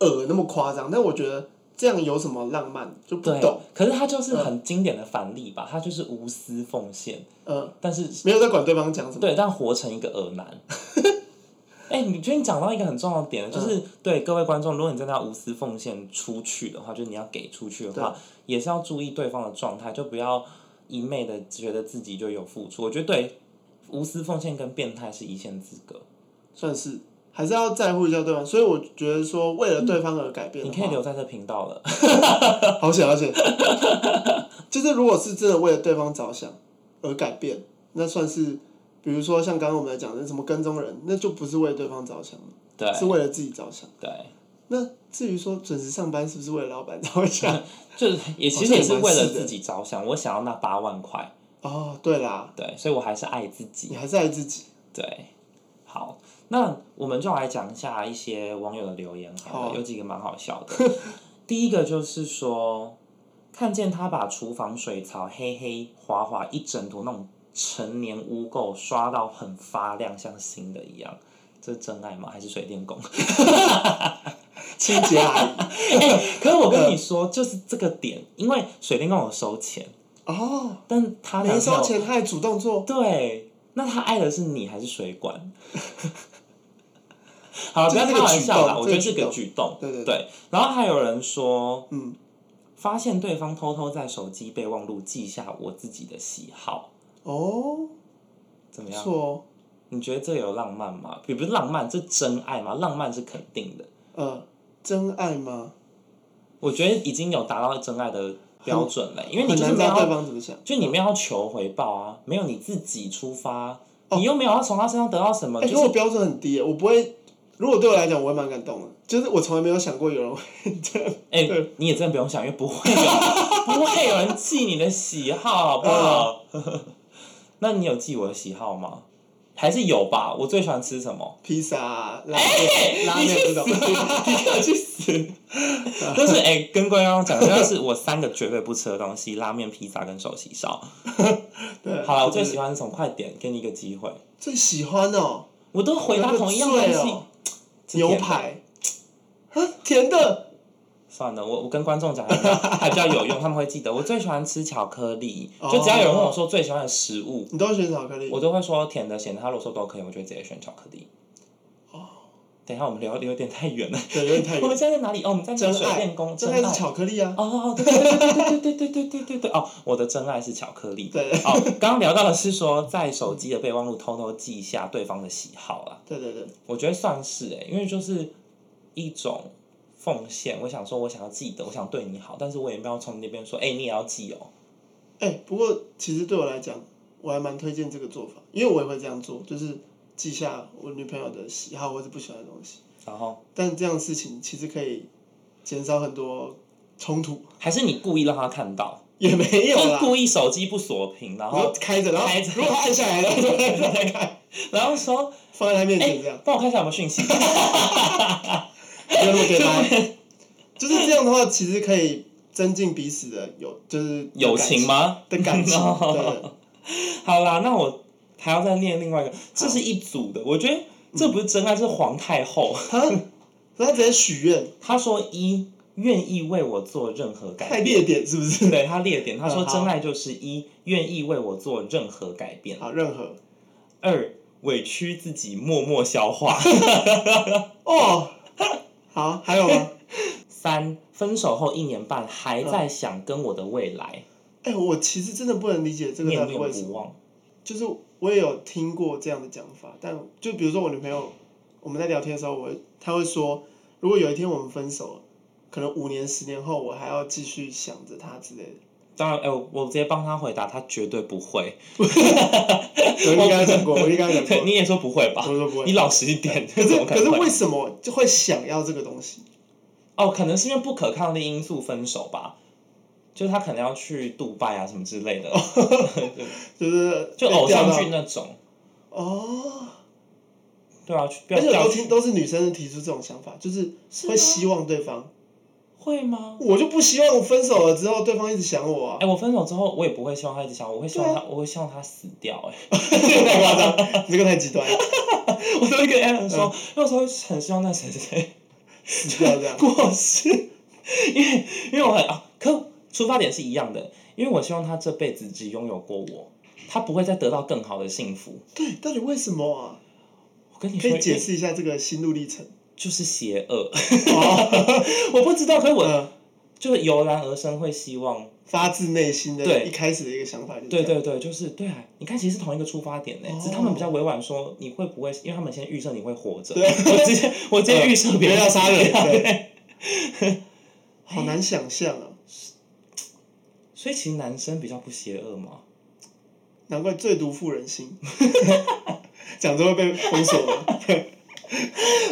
Speaker 2: 恶那么夸张，但我觉得这样有什么浪漫就不
Speaker 1: 对
Speaker 2: 懂。，
Speaker 1: 可是它就是很经典的反例吧，它就是无私奉献，
Speaker 2: 嗯，
Speaker 1: 但是
Speaker 2: 没有在管对方讲什么。
Speaker 1: 对，但活成一个恶男。哎、你觉得你讲到一个很重要的点，就是、
Speaker 2: 嗯
Speaker 1: 对各位观众，如果你真的要无私奉献出去的话，就是你要给出去的话，也是要注意对方的状态，就不要一昧的觉得自己就有付出。我觉得对无私奉献跟变态是一线之隔，
Speaker 2: 算是还是要在乎一下对方。所以我觉得说，为了对方而改变
Speaker 1: 你
Speaker 2: 的
Speaker 1: 可以
Speaker 2: 话，
Speaker 1: 留在这频道了。
Speaker 2: *laughs* 好险好险。就是如果是真的为了对方着想而改变，那算是，比如说像刚刚我们来讲的什么跟踪人，那就不是为了对方着想，
Speaker 1: 对
Speaker 2: 是为了自己着想。
Speaker 1: 对，
Speaker 2: 那至于说准时上班是不是为了老板着想？
Speaker 1: 就是也
Speaker 2: 好
Speaker 1: 其实也
Speaker 2: 像哦也
Speaker 1: 是
Speaker 2: 蛮
Speaker 1: 为了
Speaker 2: 是的
Speaker 1: 自己着想，我想要那八万块，
Speaker 2: 哦，对啦，
Speaker 1: 对，所以我还是爱自己。
Speaker 2: 你还是爱自己。
Speaker 1: 对，好，那我们就来讲一下一些网友的留言好了，
Speaker 2: 好啊
Speaker 1: 有几个蛮好笑的。 *laughs* 第一个就是说，看见他把厨房水槽黑黑滑滑一整坨那种陈年污垢刷到很发亮，像新的一样。这是真爱吗？还是水电工？ *laughs*
Speaker 2: 清洁阿姨。
Speaker 1: 可是我跟你说，就是这个点，因为水电工有收钱，
Speaker 2: 哦，
Speaker 1: 但他男
Speaker 2: 没
Speaker 1: 朋友
Speaker 2: 收钱，他还主动做，
Speaker 1: 哦对，那他爱的是你还是水管？ *laughs* 好了，不要
Speaker 2: 这
Speaker 1: 开
Speaker 2: 是个
Speaker 1: 玩
Speaker 2: 举
Speaker 1: 笑啦，
Speaker 2: 动
Speaker 1: 我觉
Speaker 2: 这个
Speaker 1: 得是
Speaker 2: 举
Speaker 1: 个
Speaker 2: 动
Speaker 1: 举动。
Speaker 2: 对对对
Speaker 1: 对，然后还有人说，
Speaker 2: 嗯，
Speaker 1: 发现对方偷偷在手机备忘录记下我自己的喜好，
Speaker 2: 哦，
Speaker 1: 怎
Speaker 2: 不
Speaker 1: 么样？
Speaker 2: 错哦，
Speaker 1: 你觉得这有浪漫吗？也不是浪漫，这真爱吗？浪漫是肯定的，
Speaker 2: 呃，真爱吗？
Speaker 1: 我觉得已经有达到真爱的标准了，因为你
Speaker 2: 很
Speaker 1: 就是
Speaker 2: 难知
Speaker 1: 没
Speaker 2: 道对
Speaker 1: 有，
Speaker 2: 方怎么想，
Speaker 1: 就你没有要求回报啊，没有你自己出发，你又没有要从他身上得到什么，
Speaker 2: 哦哎，
Speaker 1: 就
Speaker 2: 可是我
Speaker 1: 是
Speaker 2: 标准很低耶，我不会，如果对我来讲，我会蛮感动的，就是我从来没有想过有人会这样，
Speaker 1: 哎、
Speaker 2: 对
Speaker 1: 你也真的不用想，因为不会有不会有人记你的喜好，好不好？ *laughs* 那你有记我的喜好吗？还是有吧？我最喜欢吃什么？
Speaker 2: *laughs* 披萨啊、拉面、拉
Speaker 1: 哎你
Speaker 2: 面
Speaker 1: 去
Speaker 2: 这种
Speaker 1: 死！， *laughs* 你给我去死！但是哎、跟观众讲，但是我三个绝对不吃的东西：拉面、披萨跟手洗烧。
Speaker 2: 对，
Speaker 1: 好了，我
Speaker 2: 就
Speaker 1: 最
Speaker 2: 是
Speaker 1: 喜欢是什么？快点，给你一个机会。
Speaker 2: 最喜欢哦，
Speaker 1: 我都回答
Speaker 2: 有个
Speaker 1: 同一样东
Speaker 2: 最
Speaker 1: 西
Speaker 2: 哦，
Speaker 1: 这
Speaker 2: 牛
Speaker 1: 点吧
Speaker 2: 排，啊，甜的，
Speaker 1: 算了，我我跟观众讲还比较还比较有用，他们会记得。我最喜欢吃巧克力，
Speaker 2: 哦
Speaker 1: 就只要有人问我说最喜欢的食物，
Speaker 2: 你都会选巧克力
Speaker 1: 我，都会说甜的、咸的。他如果说都可以，我就会直接选巧克力。等一下我们聊的有点太远了，
Speaker 2: 对，有点太
Speaker 1: 哦 *laughs* 我
Speaker 2: 远，
Speaker 1: 们现在在哪里？哦，我们在
Speaker 2: 真
Speaker 1: 水电
Speaker 2: 爱，
Speaker 1: 工，
Speaker 2: 真
Speaker 1: 真
Speaker 2: 爱
Speaker 1: 爱
Speaker 2: 是。巧克力啊，
Speaker 1: 哦，对对对对对对对对对对哦，我的真爱是巧克力。
Speaker 2: 对
Speaker 1: 哦，刚刚聊到的是说，在手机的备忘录偷偷记一下对方的喜好啦。
Speaker 2: 对对对，
Speaker 1: 我觉得算是哎、因为就是一种奉献。我想说，我想要记得，我想对你好，但是我也没有从你那边说，哎、你也要记哦。
Speaker 2: 哎、不过其实对我来讲，我还蛮推荐这个做法，因为我也会这样做，就是记下我女朋友的喜好或者不喜欢的东西。
Speaker 1: 然后
Speaker 2: 但这样的事情其实可以减少很多冲突，
Speaker 1: 还是你故意让他看到，
Speaker 2: *laughs* 也没有
Speaker 1: 就是
Speaker 2: 啦。
Speaker 1: 故意手机不锁屏，然
Speaker 2: 然
Speaker 1: 后
Speaker 2: 后开着，然后
Speaker 1: 开着
Speaker 2: 如果按下来了，就会让他
Speaker 1: *laughs*
Speaker 2: 开
Speaker 1: 然后说，
Speaker 2: 放在他面
Speaker 1: 哎、
Speaker 2: 前这样，
Speaker 1: 帮我看一下有没有讯
Speaker 2: *laughs*
Speaker 1: 息。 *laughs* 哎
Speaker 2: 没有那么给掰。就是这样的话，其实可以增进彼此的友，就是的
Speaker 1: 友
Speaker 2: 感
Speaker 1: 情吗？哦
Speaker 2: 的感情。对，
Speaker 1: *laughs* 好啦，那我还要再念另外一个，这是一组的，我觉得这不是真爱，是皇太后。 *laughs*
Speaker 2: 所以他直接许愿，
Speaker 1: 他说一愿意为我做任何
Speaker 2: 太
Speaker 1: 改变，
Speaker 2: 列点是不
Speaker 1: *laughs*
Speaker 2: 是？
Speaker 1: 对他列点，他说
Speaker 2: 嗯好
Speaker 1: 真爱就是一愿意为我做任何改变，
Speaker 2: 好，任何
Speaker 1: 二委屈自己默默消化， *laughs*
Speaker 2: 哦，好，还有吗？
Speaker 1: 三分手后一年半还在
Speaker 2: 嗯
Speaker 1: 想跟我的未来
Speaker 2: 哎、我其实真的不能理解这个到
Speaker 1: 念
Speaker 2: 底
Speaker 1: 念
Speaker 2: 为什么，
Speaker 1: 不忘，
Speaker 2: 就是我也有听过这样的讲法，但就比如说我女朋友，我们在聊天的时候，我会她会说，如果有一天我们分手了，可能五年、十年后，我还要继续想着她之
Speaker 1: *laughs*
Speaker 2: 类的。
Speaker 1: 当然，哎、我我直接帮他回答，他绝对不会。
Speaker 2: 我应该讲过，我应该讲
Speaker 1: 对，*laughs*
Speaker 2: 过，
Speaker 1: 你也说不会吧？
Speaker 2: 我说不
Speaker 1: 你
Speaker 2: 会。
Speaker 1: 老实一点，
Speaker 2: *laughs* 可
Speaker 1: 怎
Speaker 2: 是
Speaker 1: 么
Speaker 2: 可
Speaker 1: 能
Speaker 2: 是
Speaker 1: 会
Speaker 2: 为什么就会想要这个东西？
Speaker 1: 哦，可能是因为不可抗力因素分手吧，就是他可能要去杜拜啊什么之
Speaker 2: *laughs*
Speaker 1: 类的，
Speaker 2: 就是
Speaker 1: 就
Speaker 2: 被
Speaker 1: 偶
Speaker 2: 钓
Speaker 1: 像
Speaker 2: 到
Speaker 1: 剧那种，
Speaker 2: 哦，
Speaker 1: 对啊，去不要
Speaker 2: 而且我
Speaker 1: 钓
Speaker 2: 都听都是女生提出这种想法，就是
Speaker 1: 是吗
Speaker 2: 会希望对方，
Speaker 1: 会吗？
Speaker 2: 我就不希望我分手了之后对方一直想我啊
Speaker 1: 哎、， *laughs* 我分手之后，我也不会希望他一直想我，我会希望
Speaker 2: 对啊
Speaker 1: 他，我会希望他死掉、哎， *laughs*
Speaker 2: 太夸张， *laughs* 你这个太极端了，
Speaker 1: 我都会跟 Alan 说，
Speaker 2: 嗯
Speaker 1: 那时候很希望那谁谁谁
Speaker 2: 死掉这样。
Speaker 1: 过世，因为因为我很啊，可出发点是一样的，因为我希望他这辈子只拥有过我，他不会再得到更好的幸福。
Speaker 2: 对，到底为什么啊？
Speaker 1: 我跟你
Speaker 2: 可
Speaker 1: 说，
Speaker 2: 以解释一下这个心路历程。
Speaker 1: 就是邪恶，
Speaker 2: 哦，
Speaker 1: *laughs* 我不知道，可是我
Speaker 2: 嗯，
Speaker 1: 就是油然而生会希望，
Speaker 2: 发自内心的，
Speaker 1: 对
Speaker 2: 一开始的一个想法就是这
Speaker 1: 对
Speaker 2: 样。
Speaker 1: 对对，就是对啊，你看其实是同一个出发点呢、
Speaker 2: 哦
Speaker 1: 只是他们比较委婉说你会不会，因为他们先预设你会活着，*laughs*
Speaker 2: 对呃
Speaker 1: 我直接我直接预设别人
Speaker 2: 不要杀人对
Speaker 1: 对 *laughs*
Speaker 2: 好难想象啊，
Speaker 1: 所以其实男生比较不邪恶嘛，
Speaker 2: 难怪最毒妇人心。 *laughs* 讲着会被封锁吗？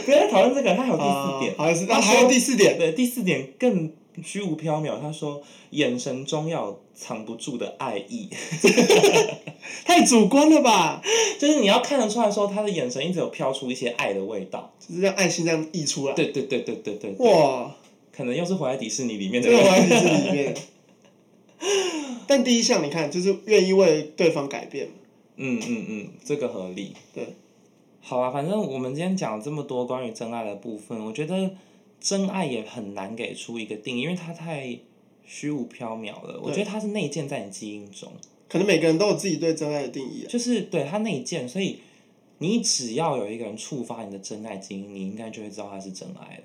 Speaker 1: 不要再讨论这个，他还有 *laughs* 第四
Speaker 2: 啊
Speaker 1: 点，，
Speaker 2: 好像是，那
Speaker 1: 他
Speaker 2: 还有
Speaker 1: 说
Speaker 2: 第四点，
Speaker 1: 对第四点更虚无缥缈，他说眼神中要藏不住的爱意， *laughs*
Speaker 2: 太主观了吧？
Speaker 1: 就是你要看得出来说他的眼神一直有飘出一些爱的味道，
Speaker 2: 就是让爱心这样溢出来。
Speaker 1: 对对对对对对，对
Speaker 2: 哇，
Speaker 1: 可能又是活在迪士尼里面的
Speaker 2: 这个
Speaker 1: 人
Speaker 2: 完全是里面。但第一项你看，就是愿意为对方改变嘛。
Speaker 1: 嗯嗯嗯，这个合理。
Speaker 2: 对。
Speaker 1: 好啊，反正我们今天讲了这么多关于真爱的部分，我觉得真爱也很难给出一个定义，因为它太虚无缥缈了。我觉得它是内建在你基因中，
Speaker 2: 可能每个人都有自己对真爱的定义啊。
Speaker 1: 就是对它内建，所以你只要有一个人触发你的真爱基因，你应该就会知道他是真爱了。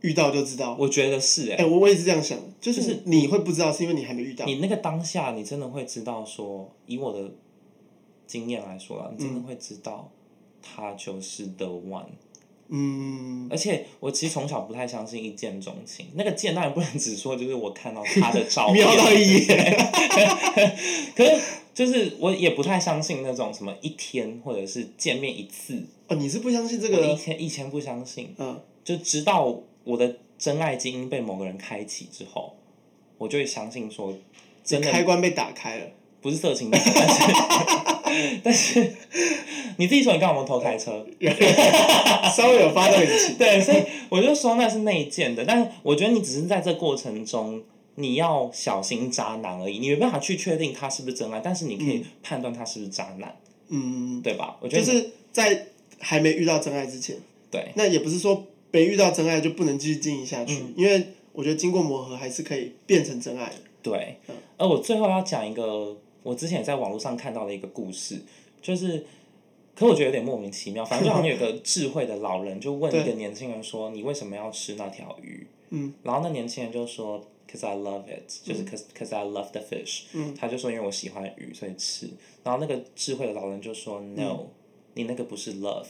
Speaker 2: 遇到就知道。
Speaker 1: 我觉得是哎、
Speaker 2: 哎、我我也是这样想的，就
Speaker 1: 就是
Speaker 2: 你会不知道，是因为你还没遇到。
Speaker 1: 你那个当下，你真的会知道说，以我的经验来说啊，你真的会知道他就是 the one。
Speaker 2: 嗯，
Speaker 1: 而且我其实从小不太相信一见钟情，那个见当然不能只说就是我看到他的照片，
Speaker 2: *laughs* 瞄到一眼。
Speaker 1: 可是就是我也不太相信那种什么一天或者是见面一次，
Speaker 2: 哦，你是不相信这
Speaker 1: 我以
Speaker 2: 个？
Speaker 1: 前以前不相信，
Speaker 2: 嗯，
Speaker 1: 就直到我的真爱基因被某个人开启之后，我就会相信说真的
Speaker 2: 开关被打开了。 *laughs*
Speaker 1: 不是色情那种，但是但是 *laughs* 你自己说你干嘛偷开车？
Speaker 2: 稍微有发动
Speaker 1: *laughs*
Speaker 2: 引擎。
Speaker 1: 对，所以我就说那是内建的，但是我觉得你只是在这过程中，你要小心渣男而已，你没办法去确定他是不是真爱，但是你可以判断他是不是渣男，
Speaker 2: 嗯，
Speaker 1: 对吧？我觉
Speaker 2: 就
Speaker 1: 得你
Speaker 2: 是在还没遇到真爱之前，
Speaker 1: 对，嗯
Speaker 2: 那也不是说没遇到真爱就不能继续经营下去，因为我觉得经过磨合还是可以变成真爱的。
Speaker 1: 对。而我最后要讲一个，我之前也在网络上看到的一个故事，就是。可我觉得有点莫名其妙，反正就好像有一个智慧的老人就问一个年轻人说：“你为什么要吃那条鱼？”
Speaker 2: 嗯，
Speaker 1: 然后那年轻人就说：“Cause I love it，就是 cause cause I love the fish。”
Speaker 2: 嗯，
Speaker 1: 他就说：“因为我喜欢鱼，所以吃。”然后那个智慧的老人就说：“No，、你
Speaker 2: 嗯
Speaker 1: 那个不是 love，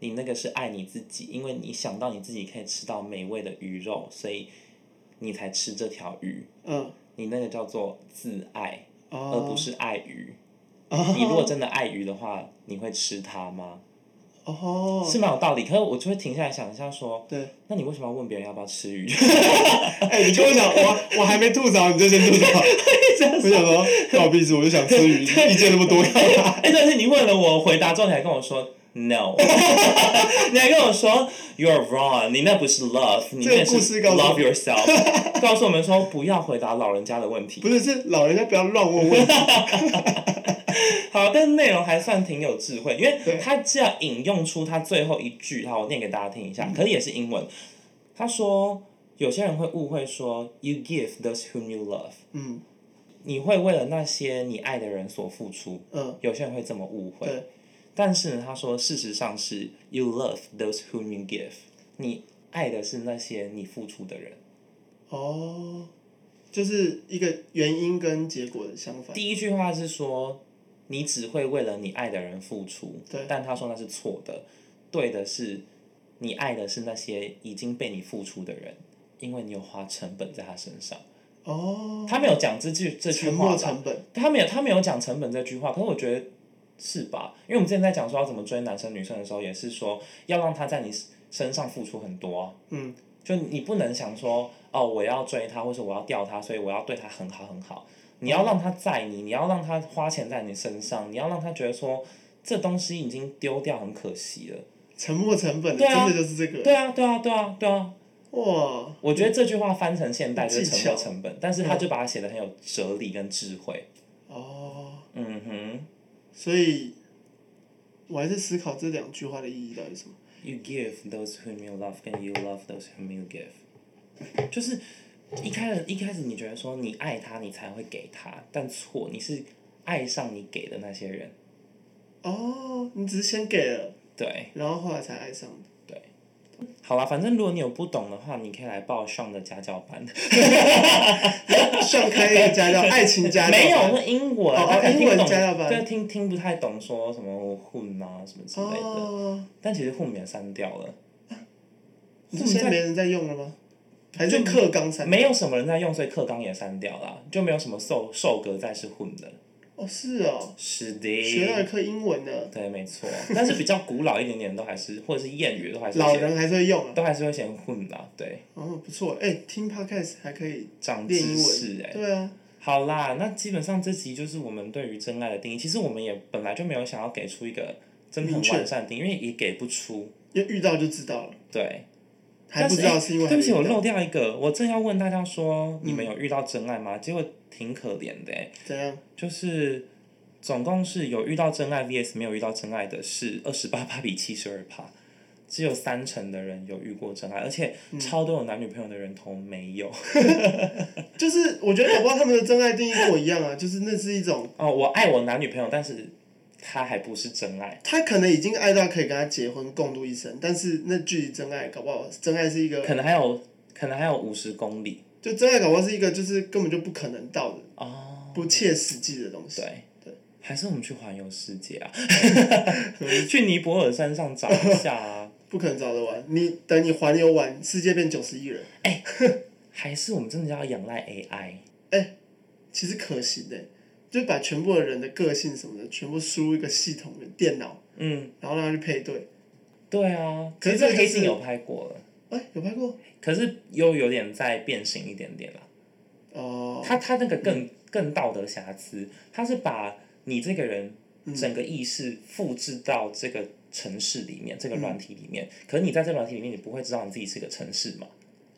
Speaker 1: 你那个是爱你自己，因为你想到你自己可以吃到美味的鱼肉，所以你才吃这条鱼。
Speaker 2: 嗯，
Speaker 1: 你那个叫做自爱，而
Speaker 2: 哦，
Speaker 1: 不是爱鱼。你如
Speaker 2: 哦，
Speaker 1: 果真的爱鱼的话，你会吃它吗？
Speaker 2: 哦，
Speaker 1: 是蛮有道理。可是我就会停下来想一下说，
Speaker 2: 对，
Speaker 1: 那你为什么要问别人要不要吃鱼？ *laughs*
Speaker 2: 哎、你跟我讲，我我还没吐槽，你就先吐槽。我想说，不好意思，我就想吃鱼，意见那么多干嘛？
Speaker 1: *laughs* 哎、但是你问了我，回答之后你还跟我说， No，你还跟我说 You're wrong，你那不是 love，你那
Speaker 2: 这个故事
Speaker 1: 是
Speaker 2: 告诉
Speaker 1: love
Speaker 2: *laughs*
Speaker 1: yourself，告诉我们说不要回答老人家的问题。
Speaker 2: 不是是老人家不要乱
Speaker 1: *laughs*
Speaker 2: 问问题，
Speaker 1: 好，但是内容还算挺有智慧，因为
Speaker 2: 对
Speaker 1: 他这样引用出他最后一句，好，我念给大家听一
Speaker 2: 嗯
Speaker 1: 下，可是也是英文。他说，有些人会误会说，You give those whom you love，
Speaker 2: 嗯
Speaker 1: 你会为了那些你爱的人所付出，
Speaker 2: 嗯，
Speaker 1: 有些人会这么误会。
Speaker 2: 对，
Speaker 1: 但是呢，他说，事实上是 You love those whom you give，你爱的是那些你付出的人。
Speaker 2: 哦，就是一个原因跟结果的相反，
Speaker 1: 第一句话是说，你只会为了你爱的人付出，
Speaker 2: 对
Speaker 1: 但他说那是错的，对的是，你爱的是那些已经被你付出的人，因为你有花成本在他身上。
Speaker 2: 哦，
Speaker 1: 他没有讲这句这句
Speaker 2: 沉
Speaker 1: 话
Speaker 2: 没
Speaker 1: 吧？
Speaker 2: 成本，
Speaker 1: 他没有他没有讲成本这句话，可是我觉得是吧？因为我们之前在讲说要怎么追男生女生的时候，也是说要让他在你身上付出很多啊、
Speaker 2: 嗯
Speaker 1: 就你不能想说哦，我要追他，或是我要钓他，所以我要对他很好很好。你要让他在你，你要让他花钱在你身上，你要让他觉得说这东西已经丢掉很可惜了。
Speaker 2: 沉没成本
Speaker 1: 对
Speaker 2: 真
Speaker 1: 啊
Speaker 2: 的就是这个，
Speaker 1: 对啊，对啊，对啊，对啊。
Speaker 2: 哇，
Speaker 1: 我觉得这句话翻成现代就是
Speaker 2: 技
Speaker 1: 沉没
Speaker 2: 巧
Speaker 1: 成本，但是他就把它写的很有哲理跟智慧。
Speaker 2: 哦，
Speaker 1: 嗯哼
Speaker 2: 所以我还是思考这两句话的意义到底是什么。
Speaker 1: ，You give those whom you love，跟 You love those whom you give，就是一开始一开始你觉得说你爱他，你才会给他，但错，你是爱上你给的那些人。
Speaker 2: 哦，你只是先给了，
Speaker 1: 对
Speaker 2: 然后后来才爱上的。
Speaker 1: 对，好啦，反正如果你有不懂的话，你可以来报上的家教班。
Speaker 2: *laughs* 上开一个家
Speaker 1: *laughs*
Speaker 2: 教，爱情家教。
Speaker 1: 没有，那英文，
Speaker 2: 哦
Speaker 1: 大家听
Speaker 2: 英文
Speaker 1: 懂，
Speaker 2: 家教班
Speaker 1: 对，听听不太懂说什么混啊什么之类的，
Speaker 2: 哦，
Speaker 1: 但其实混也删掉
Speaker 2: *laughs*
Speaker 1: 了，
Speaker 2: 你说现在没人在用了吗？还是课纲三？
Speaker 1: 没有什么人在用，所以课纲也删掉了，就没有什么受受格在是混的。
Speaker 2: 哦，是哦，
Speaker 1: 是
Speaker 2: 学到一
Speaker 1: 的。
Speaker 2: 课英文呢，
Speaker 1: 对，没错，但是比较古老一点点都还是，或者是谚语都还是
Speaker 2: 老
Speaker 1: 会
Speaker 2: 人还是会用啊。
Speaker 1: 都还是会嫌混啦，对，
Speaker 2: 哦，不错，哎，听 podcast 还可以
Speaker 1: 长
Speaker 2: 练
Speaker 1: 知
Speaker 2: 英
Speaker 1: 识哎、
Speaker 2: 文。对啊，
Speaker 1: 好啦，那基本上这集就是我们对于真爱的定义。其实我们也本来就没有想要给出一个真的很
Speaker 2: 明确
Speaker 1: 完善的定义，因为也给不出。
Speaker 2: 因为遇到就知道了，
Speaker 1: 对，
Speaker 2: 还不知
Speaker 1: 哦
Speaker 2: 道
Speaker 1: 但
Speaker 2: 是因为
Speaker 1: 诶
Speaker 2: 还
Speaker 1: 对
Speaker 2: 没
Speaker 1: 不起，我
Speaker 2: 遇到嗯
Speaker 1: 漏掉一个，我正要问大家说，你们有遇到真爱吗？结果挺可怜的、诶
Speaker 2: 怎样？
Speaker 1: 就是总共是有遇到真爱 vs 没有遇到真爱的是二十八趴比七十二趴，只有三成的人有遇过真爱，而且超多有男女朋友的人头没有。
Speaker 2: 就是我觉得搞不好他们的真爱定义跟我一样啊，就是那是一种
Speaker 1: 哦，我爱我男女朋友，但是他还不是真爱。
Speaker 2: 他可能已经爱到可以跟他结婚共度一生，但是那距离真爱搞不好真爱是一个
Speaker 1: 可能还有，可能还有五十公里
Speaker 2: 就真爱搞不好是一个就是根本就不可能到的、
Speaker 1: 哦。
Speaker 2: 不切实际的东西。
Speaker 1: 对
Speaker 2: 对，
Speaker 1: 还是我们去环游世界
Speaker 2: *laughs*
Speaker 1: 啊，去尼泊尔山上找一下啊。
Speaker 2: 不可能找得完。你等你环游完，世界变九十亿人，
Speaker 1: 还是我们真的要仰赖 AI？
Speaker 2: 其实可行的、就把全部的人的个性什么的，全部输入一个系统的电脑，
Speaker 1: 嗯，
Speaker 2: 然后让它去配对。
Speaker 1: 对啊。
Speaker 2: 可是
Speaker 1: 其实
Speaker 2: 这个
Speaker 1: 黑
Speaker 2: 就是
Speaker 1: 镜有拍过了，
Speaker 2: 哎、有拍过？
Speaker 1: 可是又有点在变形一点点啦。
Speaker 2: 哦、
Speaker 1: 他他那个更更道德瑕疵，他是把你这个人整个意识复制到这个城市里面，这个软体里面。可是你在这软体里面，你不会知道你自己是个城市嘛？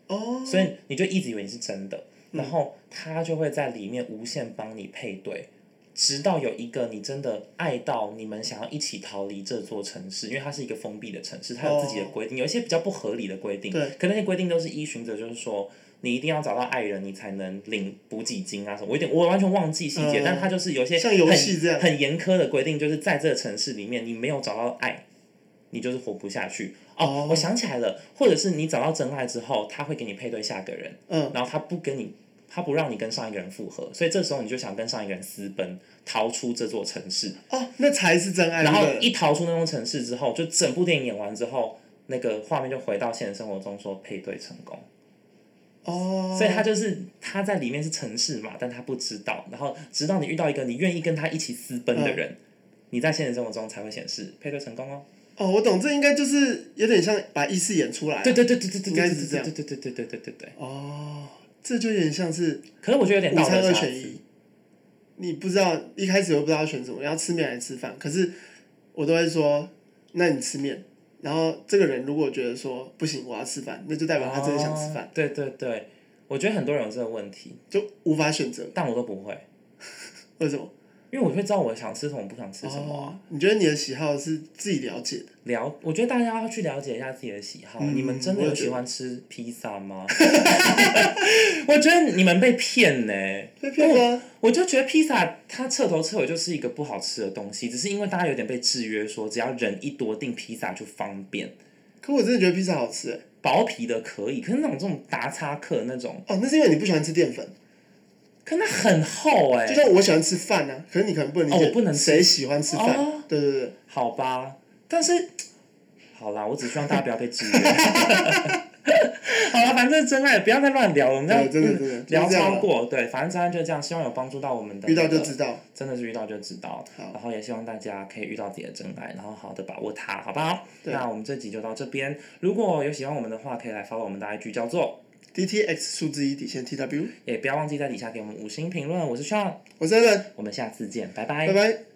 Speaker 2: 哦，
Speaker 1: 所以你就一直以为你是真的，
Speaker 2: 嗯
Speaker 1: 然后他就会在里面无限帮你配对，直到有一个你真的爱到你们想要一起逃离这座城市，因为它是一个封闭的城市，它有自己的规定，有一些比较不合理的规定，
Speaker 2: 哦对
Speaker 1: 可那些规定都是依循着就是说。你一定要找到爱人，你才能领补给金啊什么。我有点我完全忘记细节，
Speaker 2: 嗯
Speaker 1: 但它就是有一些
Speaker 2: 像
Speaker 1: 很
Speaker 2: 游戏这样
Speaker 1: 很严苛的规定，就是在这个城市里面，你没有找到爱，你就是活不下去。哦，
Speaker 2: 哦
Speaker 1: 我想起来了，或者是你找到真爱之后，他会给你配对下个人，
Speaker 2: 嗯，
Speaker 1: 然后他不跟你，他不让你跟上一个人复合，所以这时候你就想跟上一个人私奔，逃出这座城市。
Speaker 2: 哦，那才是真爱。
Speaker 1: 然后
Speaker 2: 对不对
Speaker 1: 一逃出那座城市之后，就整部电影演完之后，那个画面就回到现实生活中，说配对成功。
Speaker 2: 哦，
Speaker 1: 所以他就是他在里面是城市嘛，但他不知道。然后直到你遇到一个你愿意跟他一起私奔的人，你在现实生活中才会显示配对成功哦。
Speaker 2: 哦，我懂，这应该就是有点像把意思演出来。
Speaker 1: 对对对对对对
Speaker 2: 应
Speaker 1: 对
Speaker 2: 该
Speaker 1: 对
Speaker 2: 是这样
Speaker 1: 对对对对对对对对。
Speaker 2: 哦，这就有点像是
Speaker 1: 可是我觉得有点
Speaker 2: 午
Speaker 1: 道
Speaker 2: 餐
Speaker 1: 德
Speaker 2: 二
Speaker 1: 瑕
Speaker 2: 选
Speaker 1: 疵。
Speaker 2: 一，你不知道一开始又不知道要选什么，要吃面还是吃饭，可是我都会说那你吃面，然后这个人如果觉得说不行，我要吃饭，那就代表他真的想吃饭，
Speaker 1: 哦对对对，我觉得很多人有这个问题，
Speaker 2: 就无法选择。
Speaker 1: 但我都不会，
Speaker 2: *laughs* 为什么？
Speaker 1: 因为我会知道我想吃什么，不想吃什么。
Speaker 2: 哦，你觉得你的喜好是自己了解的？
Speaker 1: 了，我觉得大家要去了解一下自己的喜好。啊
Speaker 2: 嗯
Speaker 1: 你们真的
Speaker 2: 我也
Speaker 1: 有
Speaker 2: 觉
Speaker 1: 喜欢吃披萨吗？ *laughs* 我觉得你们被骗呢、
Speaker 2: 被骗吗？
Speaker 1: 我就觉得披萨它彻头彻尾就是一个不好吃的东西，只是因为大家有点被制约说只要人一多订披萨就方便，
Speaker 2: 可我真的觉得披萨好吃哎、
Speaker 1: 薄皮的可以，可是那种这种达叉克那种，
Speaker 2: 哦，那是因为你不喜欢吃淀粉，
Speaker 1: 可那很厚哎、
Speaker 2: 就像我喜欢吃饭啊，可是你可能不能理
Speaker 1: 哦
Speaker 2: 解，
Speaker 1: 我不能吃
Speaker 2: 谁喜欢吃饭？
Speaker 1: 哦
Speaker 2: 对对对，
Speaker 1: 好吧，但是好啦，我只希望大家不要被制约。
Speaker 2: *laughs*
Speaker 1: 好了，反正真爱不要再乱聊，我们要
Speaker 2: 对真的真的
Speaker 1: 嗯
Speaker 2: 就是
Speaker 1: 聊
Speaker 2: 这样
Speaker 1: 超
Speaker 2: 啦
Speaker 1: 过对，反正真爱就是这样，希望有帮助到我们的、
Speaker 2: 遇到
Speaker 1: 那
Speaker 2: 就
Speaker 1: 个
Speaker 2: 知道。
Speaker 1: 真的是遇到就知道，
Speaker 2: 好
Speaker 1: 然后也希望大家可以遇到自己的真爱，然后好好的把握它，好不好？
Speaker 2: 对
Speaker 1: 那我们这集就到这边，如果有喜欢我们的话，可以来 follow 我们的 IG 叫做，
Speaker 2: D T X 数字一底线 T W，
Speaker 1: 也不要忘记在底下给我们五星评论。我是 Sean，
Speaker 2: 我是 a l
Speaker 1: 我们下次见，拜
Speaker 2: 拜拜。